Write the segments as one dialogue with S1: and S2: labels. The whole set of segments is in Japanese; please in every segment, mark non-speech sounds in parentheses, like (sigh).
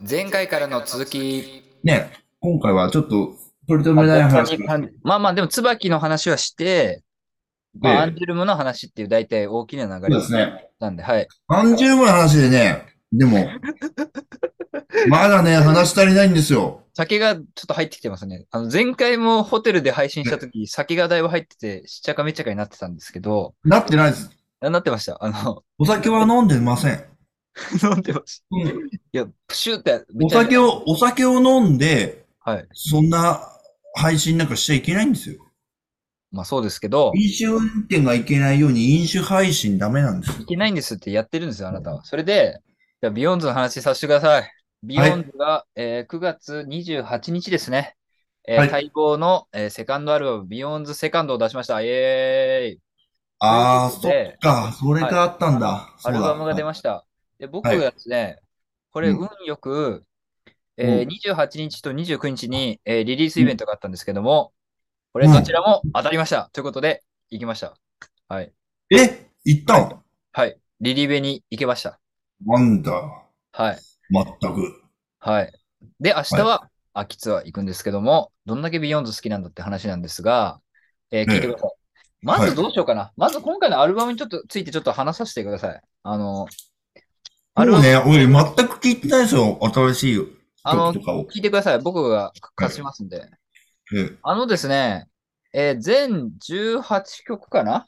S1: 前回からの続き。
S2: ね、今回はちょっと取り留めない話が
S1: まあまあ、でも、椿の話はして、まあ、ア
S2: ね
S1: ンジュルムの話っていう大体大きな流
S2: そう
S1: れ
S2: ですね。
S1: なんで、はい。
S2: 何十もの話でね、でも、まだね、話足りないんですよ。
S1: 酒がちょっと入ってきてますね。あの、前回もホテルで配信したとき、酒がだいぶ入ってて、しっちゃかめっちゃかになってたんですけど、
S2: なってないです。
S1: あなってました。あの、 (laughs)
S2: お酒は飲んでません。
S1: 飲んでました。いや、プシューって、
S2: お酒を、お酒を飲んで、
S1: はい。
S2: そんな配信なんかしちゃいけないんですよ。
S1: まあそうですけど、
S2: 飲酒運転がいけないように飲酒配信ダメなんです
S1: いけないんですってやってるんですよ、あなたは。それで、じゃあビヨンズの話させてください。ビヨンズが、えー9月28日ですね。えー
S2: はい
S1: 待望の、えーセカンドアルバム、ビヨンズセカンドを出しました。イエーイ
S2: ああ、そ
S1: という
S2: っ
S1: こ
S2: か。それがあったんだ。
S1: アルバムが出
S2: ま
S1: ました。で僕がですね、これ
S2: うん
S1: 運よく、えー28日と29日に、えーリリースイベントがあったんですけども、これ
S2: うん
S1: どちらも当たりました。ということで、行きました。はい。
S2: え行ったの
S1: はい。リリベに行けました。
S2: なんだ。
S1: はい。
S2: まったく。
S1: はい。で、明日は秋ツアー行くんですけども、どんだけビヨンズ好きなんだって話なんですが、えー聞いてください。まずどうしようかな。まず今回のアルバムにちょっとついてちょっと話させてください。あの、アル
S2: も
S1: バ
S2: う
S1: ム、
S2: ね、俺全く聞いてないですよ。新しい曲
S1: あの
S2: とかを。
S1: 聞いてください。僕が貸しますんで。
S2: うん。
S1: あのですね、えー全18曲かな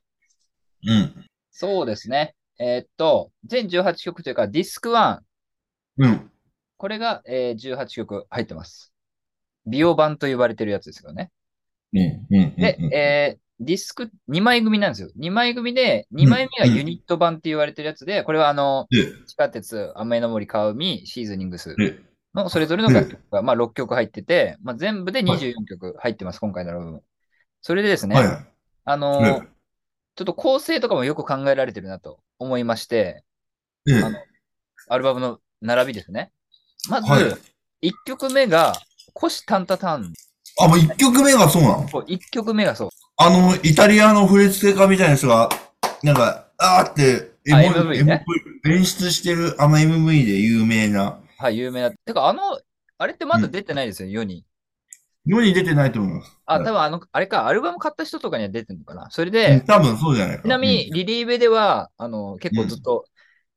S2: うん。
S1: そうですね。えーっと、全18曲というか、ディスク1、
S2: うん。
S1: これが、えー18曲入ってます。美容版と呼ばれてるやつですよね。
S2: うん。うん。
S1: で、えーディスク2枚組なんですよ。2枚組で、2枚目がユニット版って言われてるやつで、これはあの、
S2: え
S1: 地下鉄、雨の森、川海、シーズニングス
S2: え
S1: のそれぞれの楽曲が、まあ6曲入ってて、まあ全部で24曲入ってます、今回のアルバム。それでですね、
S2: はいはい。
S1: あのー
S2: え
S1: ちょっと構成とかもよく考えられてるなと思いまして、
S2: ええ
S1: あのアルバムの並びですね。まず、
S2: はい。
S1: 1曲目が、虎視タンタタン。
S2: あ、もう一曲目がそうなの
S1: 1曲目がそう。
S2: あの、イタリアの振付家みたいな人が、なんか、あーって、
S1: あ MV
S2: い
S1: ね
S2: 演出してる、あの MV で有名な。
S1: はい、有名な。てか、あの、あれってまだ出てないですよ、世に。
S2: 世に出てないと思います。
S1: あ、
S2: はい
S1: 多分あの、あれか、アルバム買った人とかには出てるのかな。それ
S2: うん
S1: で、
S2: 多分そうじゃないか
S1: ちなみに、
S2: うん
S1: リリーベでは、あの、結構ずっと、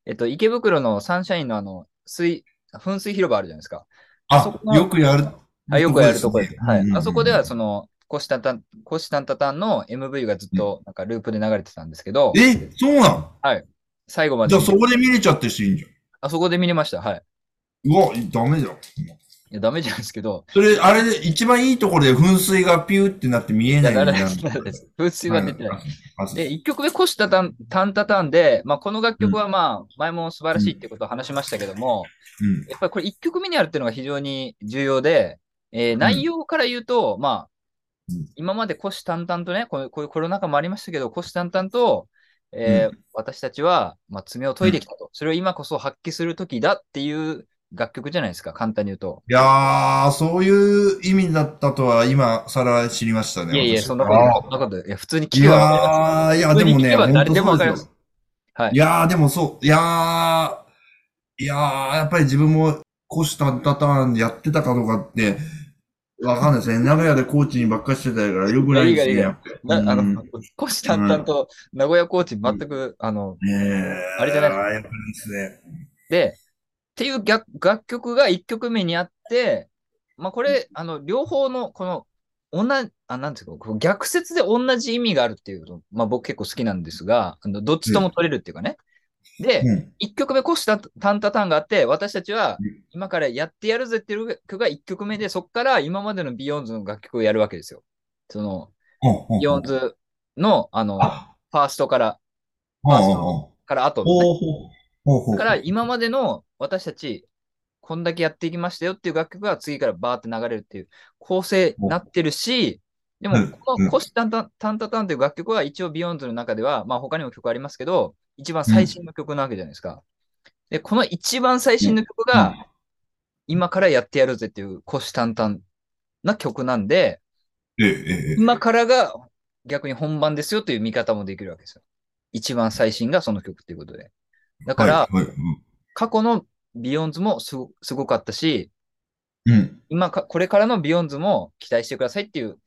S1: えっと、池袋のサンシャインのあの、水、噴水広場あるじゃないですか。そ
S2: あ
S1: こ、は
S2: よくやる。
S1: あよくやるとこです。
S2: ね
S1: はい。あそこでは、そ
S2: の。
S1: の、コシタンタン、コシタンタタンの MV がずっと、なんかループで流れてたんですけど、
S2: え、そうなの
S1: 最後ま
S2: じ
S1: で
S2: ゃあ、、そこで見れちゃってる人いいんじゃん。
S1: あそこで見れました。はい。
S2: うわ、ダメじゃん。
S1: いや、ダメじゃないですけど、
S2: それ、あれで、一番いいところで噴水がピューってなって見え
S1: い
S2: な
S1: や、
S2: いみた
S1: ダ
S2: いな
S1: メです。ダメです。噴水は出てない。
S2: あそう
S1: で、1曲目、コシタタンタンタタンで、まあ、この楽曲はまあ、前も素晴らしいってことを話しましたけども、
S2: うん
S1: やっぱりこれ1曲目にあるっていうのが非常に重要で、えー内容から言うと、まあ
S2: うん、
S1: 今まで虎視眈々とね、こういうこういうコロナ禍もありましたけど、虎視眈々と、えー私たちは、まあ、爪を研いできたと、それを今こそ発揮する時だっていう楽曲じゃないですか、簡単に言うと。
S2: いやー、そういう意味だったとは、今、さら知りましたね。
S1: いやいや、
S2: 私
S1: そんなことない、そんなことないいや、普通に聞
S2: い
S1: けばわかります
S2: やー、いや、でもね、
S1: 普通に聞けば
S2: 本
S1: 誰
S2: 当
S1: でも
S2: そ
S1: わ
S2: う
S1: か
S2: で
S1: りま
S2: す
S1: す。
S2: よ
S1: はい
S2: いやー、でもそう、いやー、いやー、やっぱり自分も、虎視眈々やってたかどうかって、わかんないですね。名古屋でコーチにばっかしてたから、よくないです
S1: い
S2: ね。
S1: やい
S2: やっ
S1: な
S2: ぱり
S1: あ
S2: うん
S1: の、虎視眈々と名古屋コーチ全く、あの、
S2: ねえ
S1: あれじゃない
S2: やっぱりですね。
S1: で、っていう楽楽曲が1曲目にあって、まあこれ、あの、両方の、この、同じ、あ、なんていうか、こう逆説で同じ意味があるっていうの、まあ僕結構好きなんですが、あのどっちとも取れるっていうかね。で、
S2: うん。
S1: 1曲目、虎視眈々タタンがあって、私たちは
S2: うん
S1: 今からやってやるぜっていう曲が1曲目で、そこから今までのビヨンズの楽曲をやるわけですよ。その、
S2: ほん
S1: ビヨンズの、あの、フ
S2: あ、
S1: ァーストから、
S2: ほん
S1: あ
S2: ほん
S1: そ
S2: ほん。
S1: から後のね
S2: ほうほうほうほう。
S1: から今までの私たち、こんだけやっていきましたよっていう楽曲が次からバーって流れるっていう構成になってるし、でも
S2: うん、
S1: こ
S2: う
S1: の
S2: ん
S1: コシタンタンタンタタンっていう楽曲は一応ビヨンズの中では、まあ他にも曲ありますけど、一番最新の曲なわけじゃないですか。で、この一番最新の曲
S2: う
S1: が、今からやってやるぜっていうコシタンタンな曲なんで、
S2: ええ、ええ、
S1: 今からが逆に本番ですよという見方もできるわけですよ。一番最新がその曲っていうことで。だから、
S2: はいはいうん
S1: 過去のビヨンズもすごすごかったし、
S2: うん。
S1: 今か、これからのビヨンズも期待してくださいっていう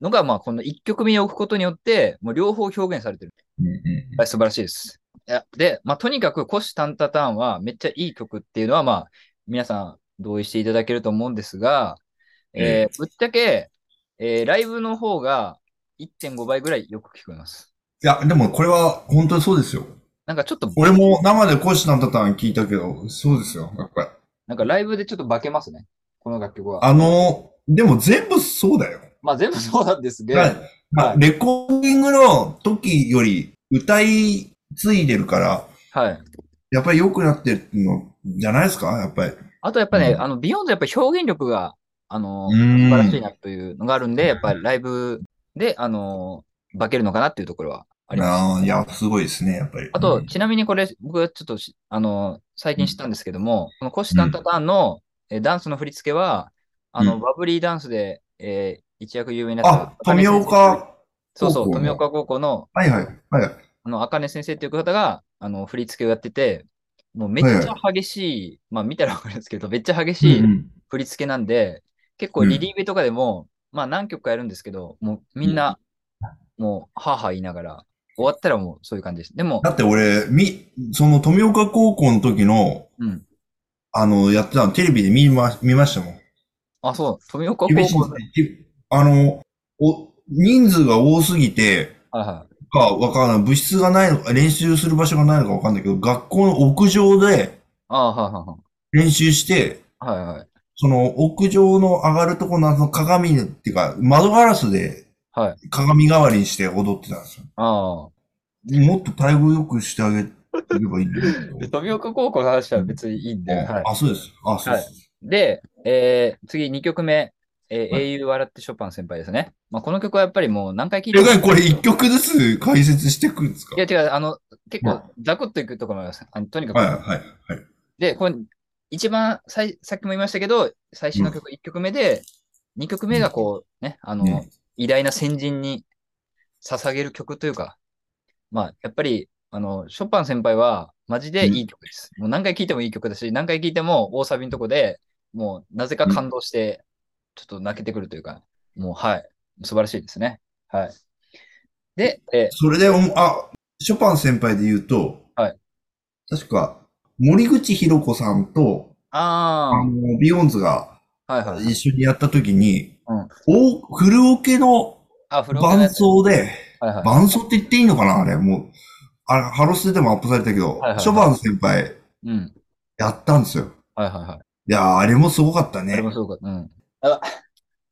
S1: のが、まあ、この1曲目に置くことによって、もう両方表現されてる。
S2: うんうん
S1: はい素晴らしいです。いやで、まあ、とにかく、虎視眈々ターンはめっちゃいい曲っていうのは、まあ、皆さん同意していただけると思うんですが、えーぶっちゃけ、えーライブの方が1.5倍ぐらいよく聞こえます。
S2: いや、でもこれは本当にそうですよ。
S1: なんかちょっと、
S2: 俺も生でコシタンタタン聞いたけど、そうですよ、やっぱり。
S1: なんかライブでちょっと化けますね。この楽曲は。
S2: あの、でも全部そうだよ。
S1: まあ全部そうなんですけど、
S2: はいまあ、レコーディングの時より歌い継いでるから、
S1: はい。
S2: やっぱり良くなってるのじゃないですかやっぱり。
S1: あとやっぱね、
S2: うん
S1: あの、ビヨンズやっぱ表現力が、あの、
S2: う
S1: 素
S2: ん
S1: 晴らしいなというのがあるんで、やっぱりライブで、あの、化けるのかなっていうところはあります。
S2: ああ、いや、すごいですね、やっぱり。
S1: あ
S2: う
S1: と、
S2: ん
S1: ちなみにこれ、僕はちょっとし、あの、最近知ったんですけども、このコシタンタターンの、えダンスの振り付けは、あの、
S2: うん
S1: バブリーダンスで、えー一躍有名になった
S2: あ、。富岡。
S1: そうそう、
S2: 高校の
S1: 富岡高校の、
S2: はいはい、はいはい。
S1: あの、あかね先生っていう方が、あの、振り付けをやってて、もうめっちゃ激しい、まあ見たらわかるんですけど、めっちゃ激しい
S2: うん
S1: 振り付けなんで、結構リリーベとかでも、まあ何曲かやるんですけど、もうみんな、もう、はあはあ言いながら、終わったらもうそういう感じです。でも
S2: だ、って俺、み、その富岡高校の時の、
S1: うん。
S2: あの、やってたのテレビで見ま、見ましたもん。
S1: あ、そう、富岡高
S2: 厳しい
S1: 校の。
S2: きあの、お、人数が多すぎて、
S1: はいはい。
S2: か、わかんない。部室がないのか、練習する場所がないのかわかんないけど、学校の屋上で
S1: ああ、は
S2: 練習して、
S1: いはいはい。はいはい。
S2: その屋上の上がるとこのあの鏡っていうか、窓ガラスで
S1: はい。
S2: 鏡代わりにして踊ってたんですよ。
S1: ああ。
S2: もっと待遇良くしてあげればいいんだけど
S1: で、富岡高校の話は別にいいんで。 (laughs) はい、
S2: あ、そうです。あ、そうです。
S1: で、えー、次2曲目。えー
S2: はい
S1: 英雄笑ってショパン先輩ですね。まあ、この曲はやっぱりもう何回聴い
S2: え、
S1: ても。
S2: なにこれ一曲ずつ解説していくんですか
S1: いや違う、あの、結構
S2: は
S1: ザクッといくところもあります。あのとにかく。
S2: はい、はい、はい。
S1: で、これ、一番さい、さっきも言いましたけど、最新の曲1曲目で、2曲目がこう、ね、あの、
S2: ね
S1: 偉大な先人に捧げる曲というか、まあ、やっぱり、あの、ショパン先輩は、マジでいい曲です。もう何回聴いてもいい曲だし、何回聴いても大サビのとこで、もう、なぜか感動して、ちょっと泣けてくるというか、もう、はい、素晴らしいですね。はい。で、え
S2: それで、おあ、ショパン先輩で言うと、
S1: はい
S2: 確か、森口博子さんと、
S1: あ
S2: あの、ビヨンズが
S1: ー、はいはい。
S2: 一緒にやった時に、
S1: うん
S2: お、フルオケの
S1: あ、フロー
S2: 伴奏で、
S1: はいはい。
S2: 伴奏って言っていいのかなあれ、もう、あれ、ハロスでもアップされたけど、
S1: はいはいはい
S2: ショパン先輩
S1: うん。
S2: やったんですよ。
S1: はいはいはい。
S2: いやー、あれもすごかった
S1: あ
S2: ね
S1: れ。もそうか。うん。あ、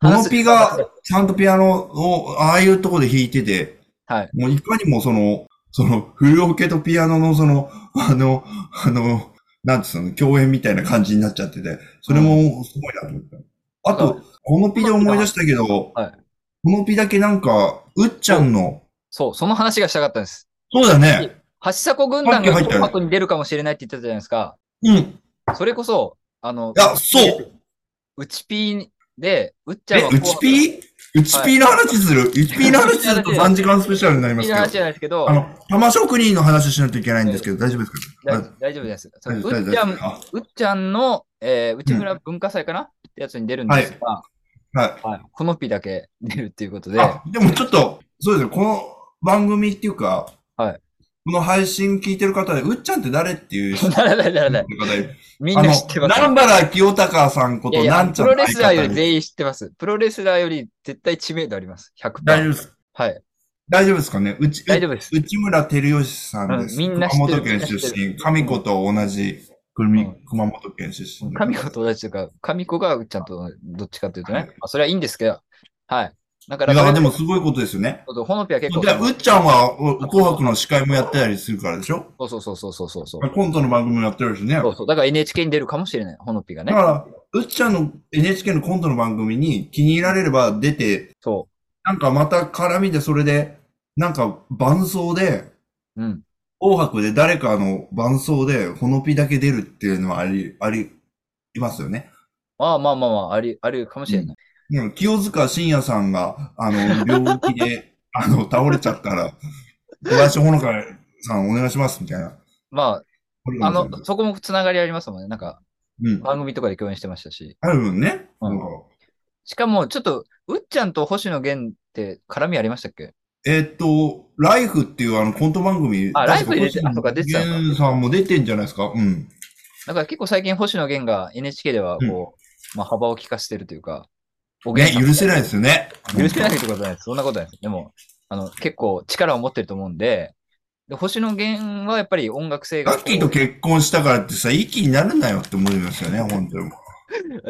S2: モ
S1: 話
S2: ノ
S1: す
S2: ピが、ちゃんとピアノを、ああいうとこで弾いてて、
S1: はい。
S2: もういかにもその、その、フルオケとピアノのその、あの、あの、なんつうの、共演みたいな感じになっちゃってて、それもすごいなと思った。あ
S1: そ
S2: と、このピで思い出したけど、
S1: はい
S2: このピだけなんか、うっちゃんの、
S1: そう、その話がしたかったんです。
S2: そうだね。
S1: 橋迫軍団
S2: さ
S1: が
S2: っき入ったよ
S1: 紅白に出るかもしれないって言ってたじゃないですか。
S2: うん。い
S1: それこそ、あの、
S2: や、そう
S1: うちピーで、うっちゃん
S2: え、
S1: は
S2: うち
S1: ー
S2: ピーうちピーの話するうちピーの話すると3時間スペシャルになり
S1: う
S2: ま
S1: ち
S2: す
S1: ピーの話
S2: け
S1: じ
S2: ど。
S1: ゃないですけど
S2: あ、の、玉職人の話しないといけないんですけど、大丈夫ですか
S1: 大
S2: あ
S1: 大丈夫です。そ
S2: 大
S1: のう
S2: 丈夫大
S1: っ
S2: 丈夫
S1: ちゃん、
S2: ですか
S1: うっちゃんの、えー、内村文化祭かな、ってやつに出るんですが、
S2: あはい。
S1: はいこのピだけ出るっていうことで、
S2: あ、でもちょっと、そうですよ。この番組っていうか、
S1: はい
S2: この配信聞いてる方で、うっちゃんって誰っていう人の
S1: ならないならない。
S2: 方で、
S1: (laughs) みん
S2: あ
S1: な
S2: の
S1: 知ってます。
S2: 南原清隆さんこ
S1: いや
S2: と、
S1: い
S2: な
S1: や
S2: ん、
S1: プ
S2: ちゃん
S1: ロ
S2: の
S1: レスラーより
S2: で
S1: 全員知ってます。プロレスラーより絶対知名度あります。
S2: 大丈
S1: 100%。
S2: 夫です。
S1: はい。
S2: 大丈夫ですかねうち、
S1: 大丈夫です。
S2: う内村照義さんです。
S1: うんみんな知ってる
S2: 熊本県出身。上子と同じ、くる
S1: う
S2: み
S1: ん
S2: 熊本県出身。
S1: 神子と同じというか、神子がちゃんとどっちかというとね、
S2: はい
S1: まあ、それはいいんですけど、はい。だか
S2: いや、
S1: ら、
S2: でもすごいことですよね。
S1: ほのぴは結構、
S2: じゃあ、うっちゃんは、お紅白の司会もやってたりするからでしょ
S1: そうそうそうそうそうそう。
S2: コントの番組もやってるしね。
S1: そうそうだから NHK に出るかもしれない、ほのぴがね
S2: だ。から、うっちゃんの NHK のコントの番組に気に入られれば出て、
S1: そ
S2: なんかまた絡みでそれで、なんか伴奏で、
S1: う。うん。
S2: 紅白で誰かの伴奏で、ほのぴだけ出るっていうのはあり、あり、いますよね。
S1: ああ、まあまあまあ、あり、あるかもしれない。
S2: うん清塚信也さんが、あ
S1: (laughs)
S2: の、病気で、あの、倒れちゃったら、小林ほのかさんお願いします、みたいな。
S1: まあ、
S2: あるか
S1: あ
S2: もしれ
S1: の
S2: ない、
S1: そこもつながりありますもんね。なんか、
S2: うん。
S1: 番組とかで共演してましたし。
S2: あるもんね。
S1: うん
S2: なんか
S1: しかも、ちょっと、うっちゃんと星野源って絡みありましたっけ
S2: えーっと、ライフっていうあのコント番組。
S1: あライフに出て
S2: 確か
S1: あそうか出てたのか
S2: ゲンさんも出てんじゃないですか。うん。
S1: だから結構最近星野源が NHK ではこう、まあ幅を利かしてるというか、おげん
S2: ね、
S1: さん
S2: 許せないですよね。
S1: 許せないってことはないです。そんなことないです。でも、あの、結構力を持ってると思うんで、で星野源はやっぱり音楽性が
S2: ガ
S1: こう。
S2: ッキーと結婚したからってさ、一気になるなよって思いますよね、本当に。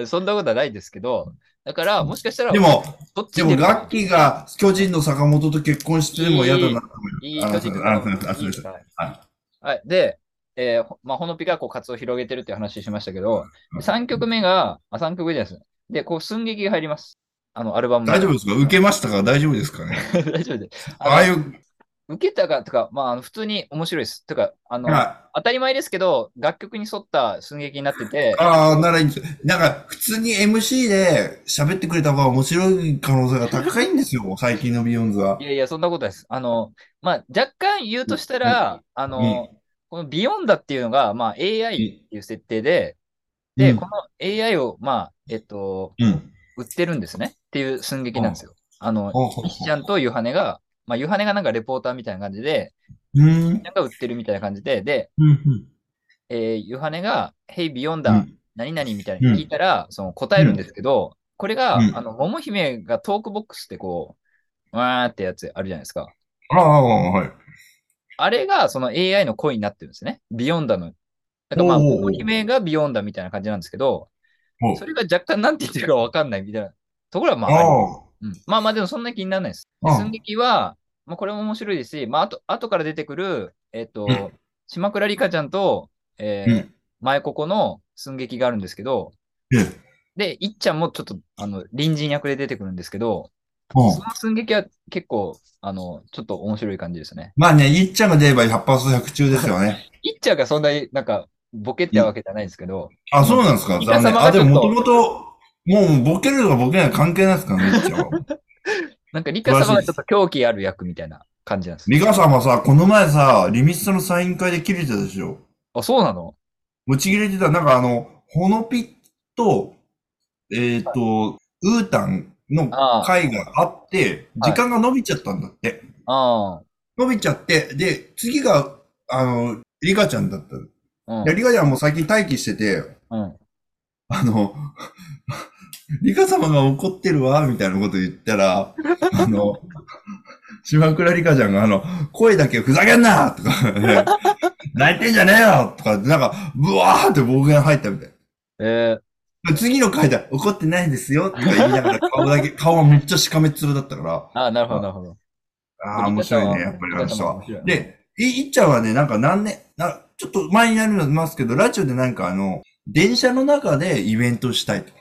S1: そんなことはないですけど、だから、もしかしたら、
S2: でも、
S1: そっち
S2: で
S1: に
S2: も
S1: 出る
S2: ガッキーが巨人の坂本と結婚しても嫌だなと
S1: いい
S2: 思い
S1: 巨
S2: ます。
S1: 人軍
S2: ああ、すみません、あす
S1: いいで
S2: みませ
S1: す
S2: ん。
S1: か
S2: は
S1: はい。で、えーほまあ、ほのぴがこう活動を広げてるっていう話しましたけど、
S2: うん
S1: 3曲目が、あ、3曲目じゃないです。で、こう寸劇が入ります。あの、アルバムの
S2: 大丈夫ですか受けましたか大丈夫ですかね
S1: (laughs) 大丈夫です。あの
S2: ああいう、
S1: 受けたかとか、まああの、普通に面白いです。とか、あの、
S2: あ
S1: 当たり前ですけど、楽曲に沿った寸劇になってて、。
S2: あー、ならいいんですよ。なんか、普通に MC で喋ってくれた方が面白い可能性が高いんですよ、最近のビヨンズはい
S1: やいや、そんなことないです。あの、まあ、若干言うとしたら、あの、このビヨンダっていうのが、まあ、AI っていう設定で、で、
S2: うん
S1: この AI を、まあ、えっと、
S2: うん。
S1: 売ってるんですねっていう寸劇なんですよ。あの、
S2: ほうほう
S1: 石
S2: ほ
S1: ちゃんとユハネが、まあ、ユハネがなんかレポーターみたいな感じで、
S2: ううん。
S1: なんか売ってるみたいな感じで、で、
S2: うん。
S1: えーユハネが、ヘイビヨン
S2: う
S1: ダ、
S2: ん
S1: 何々みたいに聞いたら、その答えるんですけど、これが、
S2: うん
S1: あの、桃姫がトークボックスってこう、わーってやつあるじゃないですか。
S2: ああ、はい。
S1: あれがその AI の声になってるんですね。ビヨンダの。だからまあ、
S2: おー
S1: 桃姫がビヨンダみたいな感じなんですけど
S2: お、う
S1: それが若干なんて言ってるかわかんないみたいなところはま
S2: あ
S1: ああり
S2: あ。
S1: うんまあまあでもそんな気にならないです。
S2: うん
S1: 寸劇は、まあこれも面白いですし、まああと後から出てくる、えっ、と、
S2: うん
S1: 島倉里香ちゃんと、え
S2: う
S1: ー
S2: ん。
S1: 前ここの寸劇があるんですけど、
S2: ええ
S1: で、いっちゃんもちょっと、あの、隣人役で出てくるんですけど、
S2: うん
S1: その寸劇は結構、あの、ちょっと面白い感じですね。
S2: まあね、いっちゃんが出れば100発100中ですよね。
S1: いっちゃんがそんなになんか、ボケってわけじゃないですけど、
S2: あ、そうなんですか
S1: イカ
S2: 残念。
S1: 様
S2: あ、
S1: がち
S2: で
S1: ょっと
S2: ももともと、もうボケるとかボケない関係ないですからね、いっちゃん (laughs) は。
S1: なんかリカ様がちょっと狂気ある役みたいな感じなんですね。
S2: 美香さんはさ、この前さ、リミットのサイン会で切れてたでしょ。
S1: あ、そうなの
S2: もうちぎれてた、なんかあの、ほのぴと、えっ、と、ウータンの
S1: あー
S2: 会があって、
S1: はい
S2: 時間が伸びちゃったんだって。
S1: あ
S2: 伸びちゃって、で、次が、あの、リカちゃんだった。
S1: あ、うん
S2: で、リカちゃんも最近待機してて、
S1: うん。
S2: あの、 (laughs) リカ様が怒ってるわ、みたいなこと言ったら、あの、 (laughs) 島倉リカちゃんが、あの、声だけふざけんなとか、 (laughs) 泣いてんじゃねえよとか、なんか、ブワーって暴言入ったみたい。
S1: えー、
S2: 次の回だ、怒ってないですよとか言いながら、顔だけ、顔はめっちゃしかめっ面だったから、
S1: ああ、なるほど、なるほど。
S2: ああ、面白いね、やっぱりあの人は。で、いいっちゃんはね、なんか何年、なちょっと前になりますけど、ラジオでなんかあの、電車の中でイベントしたいと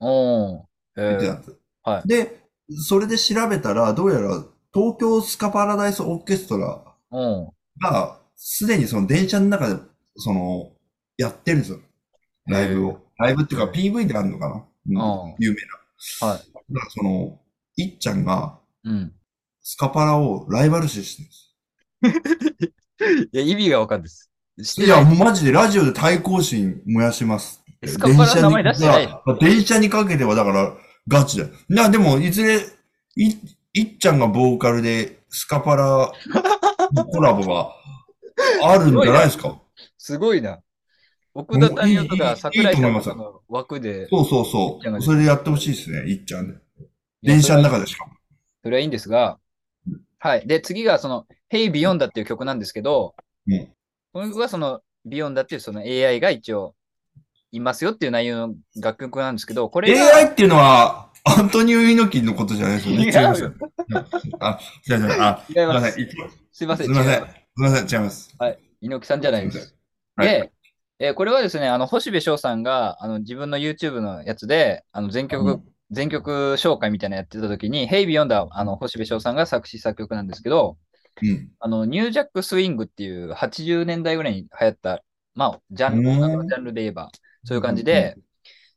S1: おーえ
S2: 言ってた
S1: ー
S2: んです。
S1: は
S2: で、それで調べたら、どうやら東京スカパラダイスオーケストラ
S1: うん。
S2: が、すでにその電車の中で、その、やってるんですよ。ライブを。ライブっていうか PV であるのかな、
S1: うん
S2: 有名な。。
S1: はい
S2: だからその、いっちゃんが
S1: うん。
S2: スカパラをライバル視してるんです。
S1: いや、意味がわかんないです。して
S2: い
S1: な
S2: や、
S1: い
S2: もうマジでラジオで対抗心燃やします。
S1: スカパラの名前出してない
S2: 電車にまあ電車にかけてはだからガチだよ。な、でも、いずれ、い、いっちゃんがボーカルでスカパラのコラボがあるんじゃないで
S1: (laughs)
S2: すか。
S1: すごいな。奥田民生と
S2: もういいい
S1: か
S2: い
S1: 桜井さ
S2: いいと思いま
S1: ん
S2: す
S1: とかの枠で、
S2: そうそうそ
S1: いっちゃんが
S2: う。
S1: ね
S2: それでやってほしいですね、いっちゃんで。電車の
S1: いや
S2: 中でしかも。
S1: それはそれはいいんですが、はい。で、次がその、Hey Beyond っていう曲なんですけど、
S2: うん
S1: この曲はその、Beyond っていうその AI が一応、いますよっていう内容の楽曲なんですけど、これが、
S2: AI っていうのは、アントニオ猪木のことじゃないですよね。
S1: 違う
S2: 違いますよ。あ、違う違う。あ、
S1: 違い
S2: すいま
S1: ま
S2: せん。
S1: す。
S2: すい
S1: すいません。
S2: ませ
S1: 違
S2: ん。す
S1: う
S2: いません。違います。
S1: 猪木さんじゃないです。
S2: はい
S1: で、えーこれはですね、あの、星部翔さんが、あの、自分の YouTube のやつで、あの、全
S2: う
S1: 曲、全曲紹介みたいなのやってた時に、ヘイビヨンダ、あの、星部翔さんが作詞作曲なんですけど、
S2: うん。
S1: あの、ニュージャックスイングっていう80年代ぐらいに流行った、まあ、ジャンル、
S2: う
S1: 音
S2: ん
S1: 楽のジャンルで言えば、そういう感じで、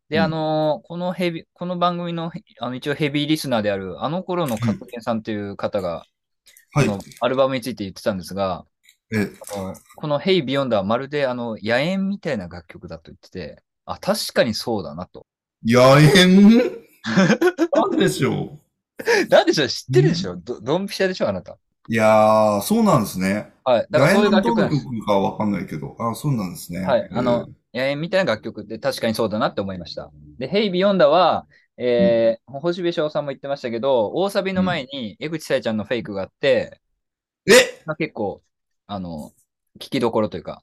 S1: で、あのーこのヘビ、この番組の、あの、一応ヘビーリスナーである、あの頃の角健さんっていう方が、
S2: は
S1: あ。
S2: い
S1: のアルバムについて言ってたんですが、
S2: え、
S1: この Hey Beyond はまるであの野猿みたいな楽曲だと言ってて、あ、確かにそうだなと。 (laughs)
S2: 野猿なんでしょう
S1: なんでしょう知ってるでしょ、どドンピシャでしょあなた。
S2: いやー、そうなんですね。
S1: はい。だから
S2: 誰
S1: そういう
S2: の
S1: 楽
S2: ど
S1: 曲なん
S2: の
S1: です。
S2: 曲かわかんないけど。あ、そうなんですね。
S1: はいあの野猿みたいな楽曲で確かにそうだなって思いました。で、Hey Beyond は、えー星部翔さんも言ってましたけど、大サビの前に江口さえちゃんのフェイクがあって、
S2: えーえ
S1: まあ、結構、あの、聞きどころというか、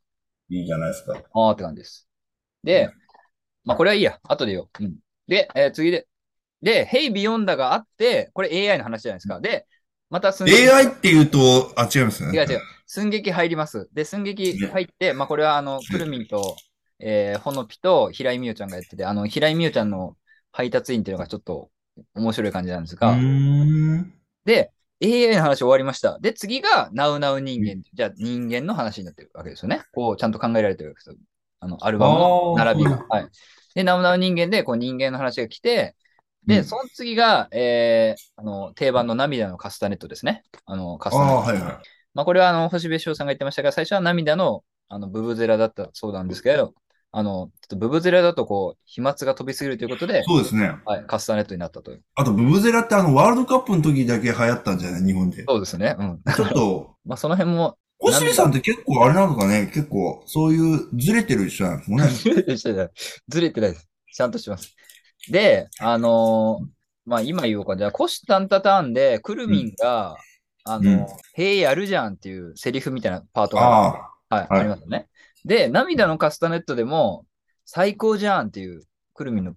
S2: いいじゃないですか。
S1: あーって感じです。で、まあこれはいいや、後でよ。うん、で、えー次で。で、Hey Beyond があって、これ AI の話じゃないですか。で、また寸劇
S2: AI って言うと、あ、違いますね。
S1: 違う違う。寸劇入ります。で、寸劇入って、まあこれはあの、くるみんと、えーほのぴと平井美桜ちゃんがやってて、あの、平井美桜ちゃんの配達員っていうのがちょっと面白い感じなんです
S2: う
S1: が、
S2: ーん。
S1: で、AI の話終わりました。で、次が、ナウナウ人間。じゃあ、人間の話になってるわけですよね。こう、ちゃんと考えられてるわけですよ。あの、アルバムの
S2: あー
S1: 並びが。はい。で、ナウナウ人間で、こう、人間の話が来て、で、
S2: うん
S1: その次が、えー、あの、定番の涙のカスタネットですね。あの、カス
S2: あ
S1: タネッ
S2: あ、
S1: ト。
S2: はいは
S1: まあ、これは、あの、星部翔さんが言ってましたが、最初は涙の、あの、ブブゼラだったそうなんですけど、あの、ちょっとブブゼラだと、こう、飛沫が飛びすぎるということで
S2: い。、そうですね。
S1: はい、カスタネットになったという。
S2: あと、ブブゼラってあの、ワールドカップの時だけ流行ったんじゃない日本で。
S1: そうですね。うん。
S2: ちょっと、
S1: まあ、その辺も、
S2: 小尻さんって結構あれなのかね結構、そういうずれてる人なんですもんね。
S1: ず (laughs) れてないずれてないです。ちゃんとします。で、あのーまあ今言おうか。じゃあ、虎視眈々ターンで、くるみんが、あのー
S2: うん
S1: へえ、やるじゃんっていうセリフみたいなパートが、
S2: ああ、
S1: はい、
S2: はい
S1: ありますよね。で、涙のカスタネットでも、最高じゃんっていう、くるみんの、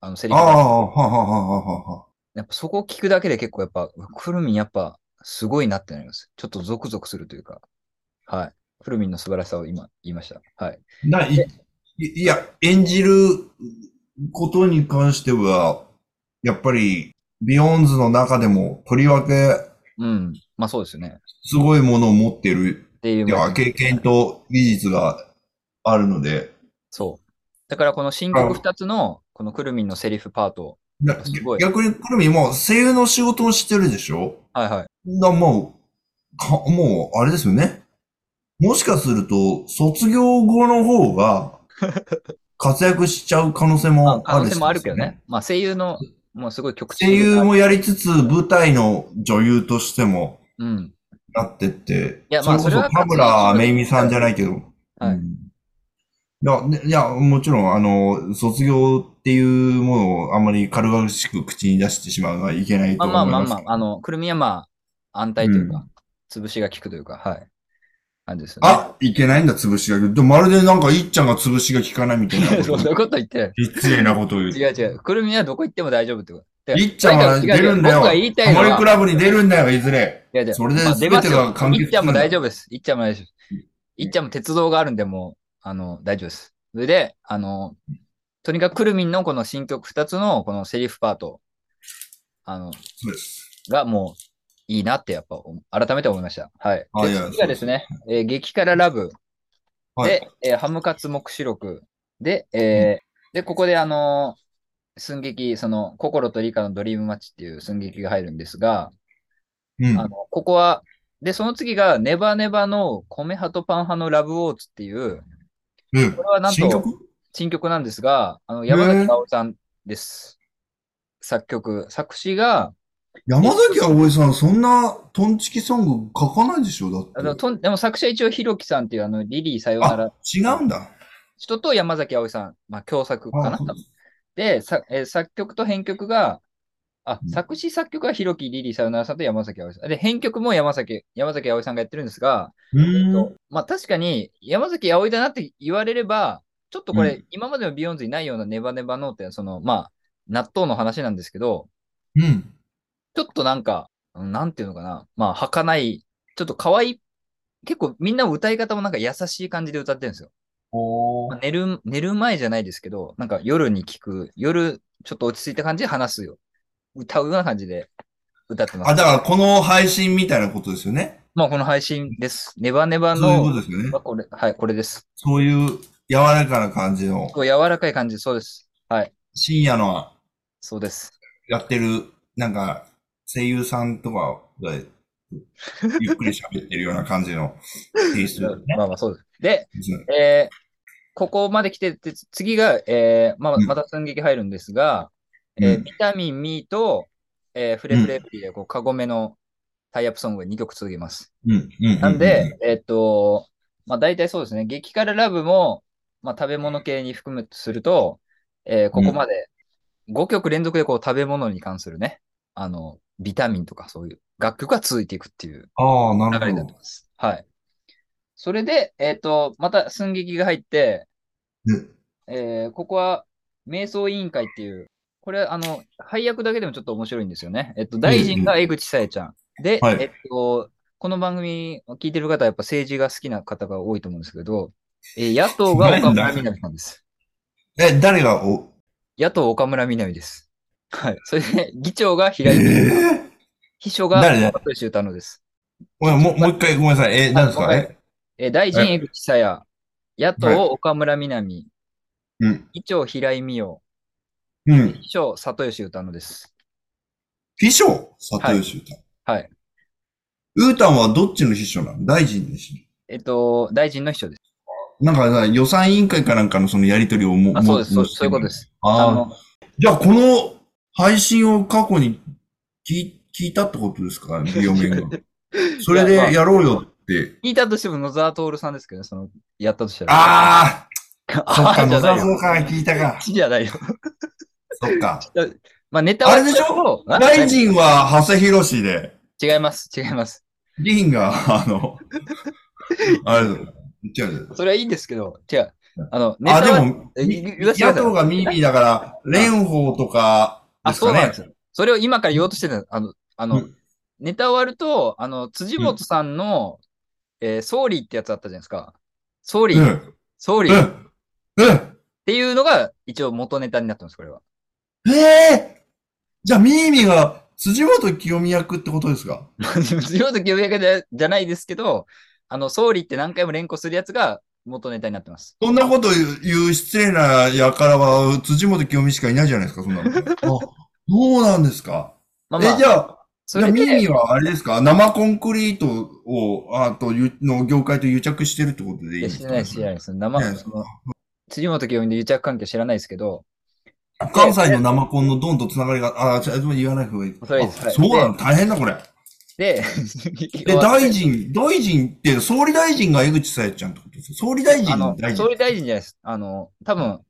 S1: あの、セリ
S2: あ
S1: フが
S2: あ、はあはあはあはあ。
S1: やっぱそこを聞くだけで結構やっぱ、くるみんやっぱ、すごいなってなります。ちょっとゾクゾクするというか、はい。くるみんの素晴らしさを今言いました。はい。
S2: ない、いいや、演じることに関しては、やっぱり、ビヨーンズの中でも、とりわけ、
S1: うん。まあそうですよね。
S2: すごいものを持ってる、
S1: っていう。
S2: いや経験と技術があるので、
S1: そう。だからこの新曲2つの、このくるみんのセリフパート。
S2: な
S1: すごい
S2: 逆に、くるみも声優の仕事をしてるでしょ
S1: はいはい。
S2: だもう、か、もう、あれですよね。もしかすると、卒業後の
S1: (laughs)
S2: 方が、活躍しちゃう可能性
S1: まあ
S2: もあ
S1: 可
S2: る
S1: 能
S2: し、
S1: 性もあるけどね。。まあ声優の、もうすごい曲
S2: 声優もやりつつ、舞台の女優としても
S1: うん。
S2: なってって、
S1: いやまあ
S2: それこそ
S1: それは
S2: 田村めいみさんじゃないけど、
S1: はい
S2: うんいや、ねいや、もちろん、あの、卒業っていうものをあんまり軽々しく口に出してしまうのはいけないと
S1: まあ
S2: 思い
S1: まあ
S2: ます。
S1: まあまあ、あの、くるみはまあ、安泰というか、潰しが効くというか、はい。感じですよね。
S2: あ、いけないんだ、潰しが。でもまるでなんか、いっちゃんが潰しが効かないみたい
S1: (laughs)
S2: な
S1: そんなこと言ってない。
S2: 失礼なことを言う。
S1: 違う違う。くるみはどこ行っても大丈夫ってこと。
S2: いっちゃんは
S1: だから
S2: 出るんだよ。
S1: 僕が言いたいの
S2: モリ
S1: は
S2: ク、ラブに出るんだよ、いずれ。
S1: いやいや
S2: それで
S1: まあ出ます
S2: 全て
S1: よ
S2: が完結する
S1: いっちゃんも大丈夫です。いっちゃんも大丈夫です。いっちゃんも鉄道があるんで、もう、あの、大丈夫です。それで、あの、とにかくくるみんのこの新曲2つのこのセリフパート、あの、
S2: そうです。
S1: がもういいなってやっぱお改めて思いました。はい。
S2: あいや
S1: で次がですね、えー激辛ラブ、
S2: はい
S1: で、えーハムカツ目視録、で、えーで、ここであのー寸劇、その、心と理科のドリームマッチっていう寸劇が入るんですが、
S2: うん。
S1: あの、ここは、で、その次が、ネバネバの米派とパン派のラブウォーツっていう、
S2: うん
S1: これはなん
S2: 新
S1: と
S2: 曲
S1: 新曲なんですが、あの山
S2: へ
S1: 崎
S2: ー
S1: 薫さんです。作曲、作詞が、
S2: 山崎葵さん、そんなトンチキソング書かないでしょ
S1: あ
S2: だ
S1: の
S2: って。
S1: とんでも作詞は一応ひろきさんっていうあのリリーさようなら
S2: あ、違うんだ。
S1: 人と山崎葵さん、まあ共作かな
S2: あそう
S1: 多分で、さえー作曲と編曲が、あ
S2: う、ん
S1: 作詞作曲はひろきリリーさよならさんと山崎葵さん。で、編曲も山崎、山崎葵さんがやってるんですが、
S2: う
S1: えっ
S2: ー
S1: と
S2: ん。
S1: まあ確かに山崎葵だなって言われれば、ちょっとこ
S2: う
S1: れ、今までのビヨンズにないようなネバネバのって、その、まあ、納豆の話なんですけど、
S2: うん。
S1: ちょっとなんか、うんなんていうのかな、まあ、儚い、ちょっと可愛い、結構みんな歌い方もなんか優しい感じで歌ってるんですよ。
S2: お
S1: まあ寝る、寝る前じゃないですけど、なんか夜に聞く、夜、ちょっと落ち着いた感じで話すよ。歌うような感じで歌ってま
S2: あ、
S1: す。
S2: だからこの配信みたいなことですよね。
S1: まあ、この配信です。ネバネバ
S2: そういうこ
S1: の、
S2: とですよね。
S1: はこれ、はい、これです。
S2: そういう柔らかな感じの
S1: こ、う柔らかい感じ、そうです。はい、
S2: 深夜の
S1: そうです。
S2: やってる、なんか、声優さんとかがゆっくり喋ってるような感じのテイストですね。
S1: まあまあそうです。で、えーここまで来てて、次が、えーまあ、
S2: うん
S1: また寸劇入るんですが、えー
S2: うん
S1: ビタミンミーと、えーフレフレエブリィでこうカゴメのタイアップソングが2曲続きます。
S2: うん、うん。
S1: なんで、えっと、まあ大体そうですね、激辛ラブも、まあ食べ物系に含むとすると、えーここまで5曲連続でこう食べ物に関するね、あの、ビタミンとかそういう楽曲が続いていくっていう
S2: ああ、な
S1: 流れ
S2: る
S1: に
S2: ほ
S1: なっ
S2: ど
S1: て。ます。はい。それで、えっと、また寸劇が入って、
S2: うん
S1: えーここは、瞑想委員会っていう、これ、あの、配役だけでもちょっと面白いんですよね。えっと、大臣が江口さえちゃん。で、
S2: はい
S1: えっと、この番組を聞いてる方はやっぱ政治が好きな方が多いと思うんですけど、えー野党が岡村みなみさんです。
S2: (laughs) え、誰がお、
S1: 野党岡村みなみです。はい。それで、議長が
S2: え
S1: 平井、
S2: え
S1: 秘書が
S2: 誰ね
S1: 高橋歌のです。
S2: ごめんもう、もう一回ごめんなさい。え、何ですか
S1: はい
S2: え
S1: えー大臣江口さや、野党岡村みなみ、
S2: うん。
S1: 議長平井美代、
S2: うん。
S1: 秘書里吉歌のです。
S2: 秘書里吉歌。
S1: はい。
S2: ウータンはどっちの秘書なの大臣ですね。
S1: えっと、大臣の秘書です。
S2: なんかさ、予算委員会かなんかのそのやりとりをも
S1: あ、
S2: も
S1: そうです。そう
S2: も
S1: そういうことです。
S2: あ
S1: あ
S2: あ
S1: の、
S2: じゃあ、この配信を過去に聞い聞いたってことで
S1: (laughs)
S2: すか、両面が。それでやろうよって。
S1: 聞いたとしても野沢徹さんですけどね、その、やったとしたら。
S2: あ
S1: (laughs) あ
S2: あそっか、
S1: じゃ
S2: 野
S1: な
S2: 沢
S1: い
S2: さん
S1: よ。
S2: から聞いたか。
S1: じゃないよ。
S2: そ
S1: (laughs)
S2: っか。
S1: まあ、ネタ
S2: あれでしょ
S1: あ
S2: 大臣は長谷博士で、
S1: 違います、違います。
S2: 議員が、あ
S1: (laughs)
S2: の、あれだ。違う違う。
S1: それはいいんですけど、違う。あの、ネタ
S2: あ、で
S1: は、
S2: も、
S1: え
S2: み
S1: 言わせてくだ
S2: 野
S1: さい
S2: 党がミーミーだから、蓮舫とかで
S1: あ、
S2: す
S1: そう
S2: か
S1: なん
S2: ね
S1: で。すよ。それを今から言おうとしてた、あの、あの、
S2: うん
S1: ネタ終わると、あの、辻元さんの、えー総理ってやつあったじゃないですか。総理、
S2: うん。うん。
S1: 総理
S2: う
S1: っ
S2: ん。うん
S1: ていうのが、一応元ネタになってます、これは。 (laughs)
S2: ええじゃあ、ミーミーが辻元清美役ってことですか
S1: 辻元清美役じゃじゃないですけど、あの、総理って何回も連呼するやつが元ネタになってます。
S2: そんなこと言う言う失礼なやからは辻元清美しかいないじゃないですか、そ
S1: (laughs)
S2: んなの。あ、そうなんですか。
S1: まあまあ、
S2: え、じゃあ、
S1: そ
S2: じゃあ
S1: れ
S2: ミー
S1: で
S2: ミーはあれですか生コンクリートを、あと、ゆの業界と癒着してるってことでいい
S1: いや
S2: んです
S1: 知
S2: から
S1: ないです、知らないです。生、
S2: ね
S1: その、辻元清美の癒着関係知らないですけど、
S2: 関西の生コンのドンとつながりが、あ、ちょ、言わない方がいい。
S1: そうです
S2: あそうなの、大変だ、これ。
S1: で、 (laughs)
S2: で、大臣、大臣って、総理大臣が江口さやちゃんってことですか総理大臣
S1: あの
S2: の大、臣
S1: 総。理大臣じゃないです。あの、多分、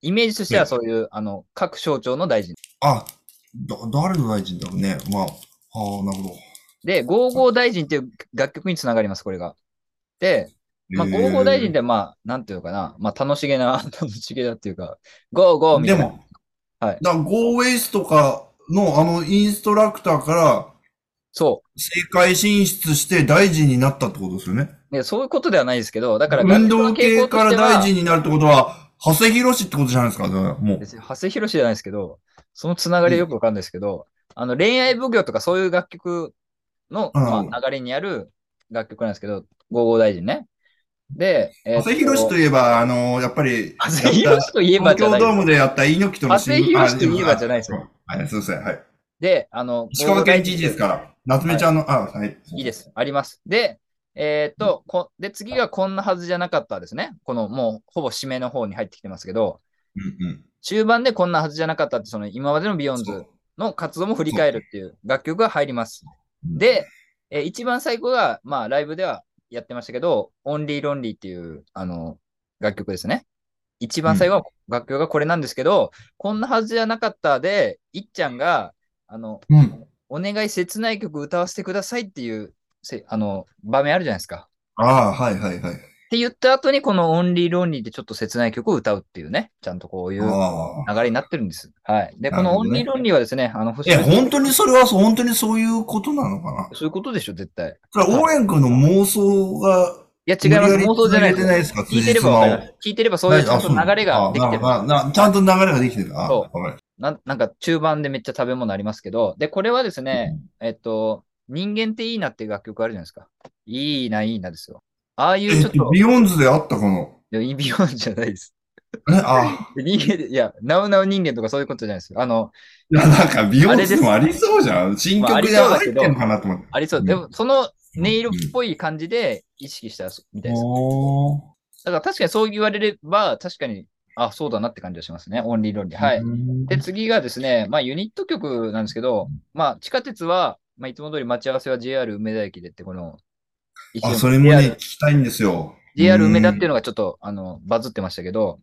S1: イメージとしては
S2: ね
S1: そういう、あの、各省庁の大臣。
S2: あ、だ、誰の大臣だろうね。まあ、ああ、なるほど。
S1: で、ゴーゴー大臣っていう楽曲につながります、これが。で、まあ、ゴーゴー大臣って、まあ、なんていうのかな、まあ、楽しげな、 (laughs) 楽しげだっていうか、ゴーゴーみた
S2: で
S1: いな。
S2: も、
S1: はい
S2: だから、ゴーウェイスとかのあのインストラクターから
S1: そ
S2: 政界進出して大臣になったってことですよね。
S1: う。で、そういうことではないですけど、だから、
S2: 運動
S1: 楽曲の傾
S2: 系
S1: 向と
S2: か
S1: し
S2: ら
S1: ては
S2: 大臣になるってことは、長谷博士ってことじゃないですか、だからもう。
S1: 別に長谷博士じゃないですけど、そのつながりはよくわかんないですけど、あの恋愛奉行とかそういう楽曲の、
S2: うん
S1: まあ、流れにある楽曲なんですけど、ゴーゴー大臣ね。で、えー
S2: 長
S1: っと
S2: 谷博士といえば、あのやっぱり、
S1: 長谷博士といえば
S2: 東
S1: じゃな
S2: 京
S1: い
S2: ドームでやった猪木との
S1: 長谷博士といえばじゃないですよ。
S2: よ。はい、すいません、はい。
S1: で、あの、
S2: 石川県知事です
S1: ら。
S2: から、夏目ちゃんの、あ、はい。
S1: いいです。あります。で、えーっと、こで、次がこんなはずじゃなかったですね。この、もう、ほぼ締めの方に入ってきてますけど、
S2: うんうん。
S1: 中盤でこんなはずじゃなかったって、その、今までのビヨンズの活動も振り返るっていう楽曲が入ります。で、えー一番最後が、まあ、ライブではやってましたけど、オンリーロンリーっていう、あの、楽曲ですね。一番最後は、楽曲がこれなんですけど、こんなはずじゃなかったで、いっちゃんが、あの、
S2: うん。
S1: お願い切ない曲歌わせてくださいっていう、せあの、場面あるじゃないですか。
S2: ああ、はいはいはい。
S1: って言った後に、このオンリーロンリーでちょっと切ない曲を歌うっていうね、ちゃんとこういう
S2: ああ。
S1: 流れになってるんです。はい。で、
S2: な
S1: こ
S2: るほ
S1: の
S2: どね
S1: オンリーロンリーはですね、あの、
S2: え、本当にそれはそう、本当にそういうことなのかな
S1: そういうことでしょ、絶対。
S2: それは、応援君の妄想が、
S1: いや、違います。妄想じゃないで
S2: で
S1: すす。
S2: ないですか、
S1: 聞いてればわかります聞いてればそういうちゃんと流れができてる。
S2: あななちゃんと流れができてる。あ、
S1: そ
S2: わかりまし
S1: ななんか中盤でめっちゃ食べ物ありますけど、で、これはです
S2: た
S1: ね、えっと、人間っていいなっていう楽曲あるじゃないですか。いいな、いいなですよ。ああいうちょっ
S2: (laughs) えっと、
S1: と、
S2: ビヨンズであったかな
S1: でもイビオンじゃないです。
S2: えあ、
S1: 人間で、いや、ナウナウ人間とかそういうことじゃないですよ。あの、
S2: いや、なんか美容
S1: あれで
S2: 室
S1: す
S2: もありそうじゃん。新
S1: まああ
S2: 曲
S1: り
S2: で
S1: そうだ
S2: 入
S1: け
S2: っ
S1: ど
S2: てんのかなと思って。
S1: ありそう。でも、その音色っぽい感じで意識したみたいです。
S2: おー
S1: だから確かにそう言われれば、確かに、あ、そうだなって感じがしますね。オンリー論理。はい。
S2: うん
S1: で、次がですね、まあ、ユニット曲なんですけど、まあ、地下鉄は、まあ、いつも通り待ち合わせは JR 梅田駅でって、この、
S2: あ、それもね、聞きたいんですよ。
S1: JR 梅田っていう
S2: の
S1: のがちょっと、あの、バズってましたけど、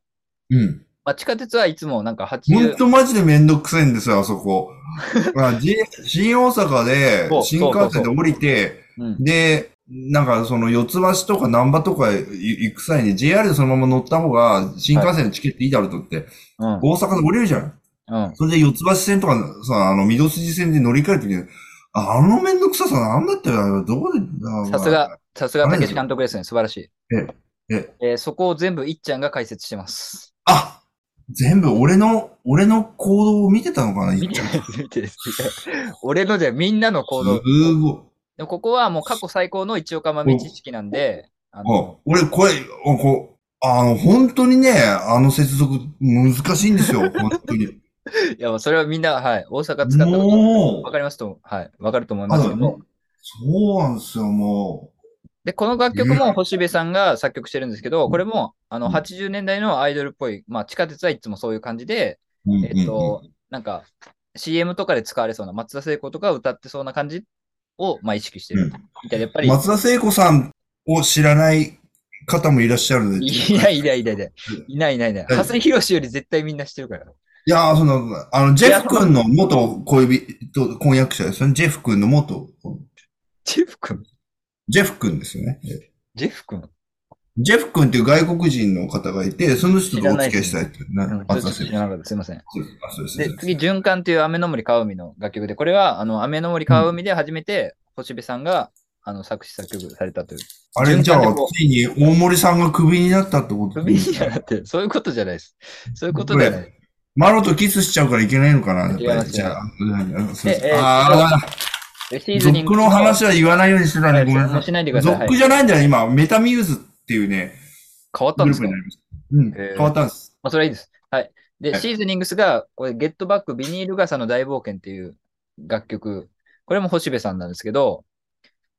S2: うん。
S1: まあ、地下鉄はいつもなんか
S2: ほん
S1: 80、
S2: とマジでめんどくさいんですよ、あそこ。
S1: (laughs)
S2: まあ J- 新大阪で
S1: そう、
S2: 新幹線で降りて、
S1: うん、
S2: で、なんかその四つ橋とか難波とか行く際に JR でそのまま乗った方が新幹線のチケットいいだろうと思って、
S1: うん、
S2: 大阪で降りるじゃん。
S1: うん。
S2: それで四つ橋線とかさ、あの、御堂筋線で乗り換えるときに、ああのめんどくささなんだったよ、どこで、あ
S1: さすが。、さすが竹内監督ですね。素晴らしい。
S2: ええ
S1: えーそこを全部いっちゃんが解説してます。 (laughs)
S2: あ全部俺の、俺の行動を見てたのかな、い
S1: 見
S2: っ
S1: て
S2: ちゃん。
S1: ないです見てないです。俺のじゃみんなの行動。
S2: すごい。
S1: でもここはもう過去最高の一岡豆知識なんで、あの
S2: あ俺、これ、あこうあの、本当にね、あの接続、難しいん
S1: (laughs)
S2: ですよ、本当に。
S1: いや、もうそれはみんな、はい、大阪使ったこと
S2: も
S1: わ
S2: う、
S1: かりますと、はい、わかると思い
S2: あ
S1: ますけ
S2: の
S1: ど、
S2: そうなんですよ、も
S1: で、この楽曲も星部さんが作曲してるんですけど、これも、あ
S2: う
S1: の、
S2: ん
S1: 80年代のアイドルっぽい、まあ、地下鉄はいつもそういう感じで、
S2: う。うんうんうん
S1: えっと、なんか、CM とかで使われそうな、松田聖子とか歌ってそうな感じを、まあ、意識してる。みたいな、やっぱり、
S2: 松田聖子さんを知らない方もいらっしゃるので、
S1: いないいないいないいない。いないいないいない。
S2: うん
S1: 長谷博より絶対みんな知ってるから。
S2: いやー、その、あの、ジェフ君の元恋人、婚約者ですね。ジェフ君の元、
S1: ジェフ君
S2: ジェフ君ですよね。
S1: ジェフ君
S2: ジェフ君っていう外国人の方がいて、その人とお付き合いしたいっていうね、
S1: うん、ちょっ
S2: 松
S1: と
S2: 田
S1: 知
S2: 聖子
S1: らなかった。すいません。
S2: あそうです
S1: で
S2: そう、です
S1: 次、循環という雨の森川海の楽曲で、これは、あの、雨の森川海で初めて、星部さんが、あの、作詞作曲されたという。
S2: あれじ
S1: 循
S2: ゃ
S1: 環で
S2: あ
S1: こ、う
S2: ついに大森さんがクビになったってこと
S1: 不憫じゃなくて、そういうことじゃないです。そういうことじゃない。
S2: マロとキスしちゃうからいけないのかなやっぱり。
S1: 違
S2: じ
S1: い
S2: ゃあ、あすいま
S1: で
S2: せ
S1: えー
S2: んあ
S1: でシ
S2: ー、
S1: ーズニング
S2: 族の話は言わないようにしてた
S1: は
S2: ね。
S1: い
S2: ごめんなさ
S1: もう
S2: い。
S1: しないでください。はい
S2: 族じゃないんだよ、今。メタミューズっていうね、
S1: 変わっ
S2: グ
S1: たん
S2: ル
S1: です
S2: ー
S1: か
S2: プになりました。うん、
S1: えー
S2: 変わったんです。
S1: まあ、それはいいです。はい。で、
S2: はい
S1: シーズニングスが、これ、ゲットバックビニール傘の大冒険っていう楽曲。これも星部さんなんですけど、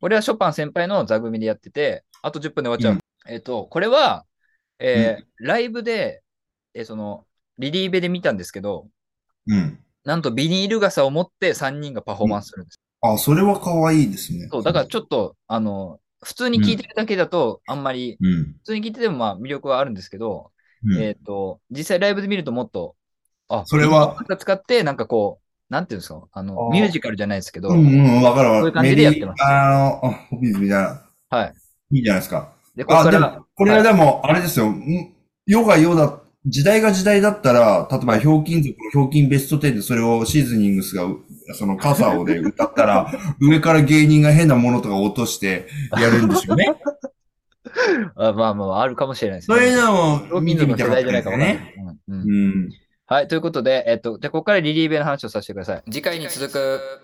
S1: これはショパン先輩の座組でやってて、あと10分で終わっちゃう。
S2: うん
S1: えっ、と、これは、えーライブで、えーその、リリーベで見たんですけど、
S2: うん。
S1: なんとビニール傘を持って3人がパフォーマンスするんです。
S2: あ、それは可愛いですね。
S1: そう、だからちょっと、あの、普通に聴いてるだけだと、あんまり、
S2: うん。
S1: 普通に聴いててもまあ魅力はあるんですけど、
S2: うん
S1: えっ、と、実際ライブで見るともっと、あ、
S2: それは
S1: ビニール傘使って、なんかこう、なんていうんですか、あの、
S2: あー
S1: ミュージカルじゃないですけど、
S2: うんうん、わかるわかる。
S1: そういう感じでやってます
S2: メリーあの、あホビーズみたいな。
S1: はい。
S2: いいじゃないですか。
S1: で、ここ
S2: あ、
S1: か
S2: で
S1: ら
S2: も、、これはでも、あれですよ。ん世が世だ、時代が時代だったら、例えば、ひょうきん族のひょうきんベスト10でそれをシーズニングスが、うその傘をで歌っ
S1: (laughs)
S2: たら、上から芸人が変なものとか落としてやるんですよね。
S1: (laughs) あまあまあ、あるかもしれないです
S2: そういうの
S1: ロ
S2: を
S1: ミ
S2: 見
S1: ンズ
S2: てみ
S1: の
S2: た
S1: 世
S2: かっ
S1: 代
S2: た
S1: じゃない
S2: で
S1: か
S2: す
S1: わかん
S2: よ
S1: ない
S2: ね。
S1: うんうん
S2: うん。
S1: はい、ということで、えっと、じゃあここからリリーベの話をさせてください。次回に続く。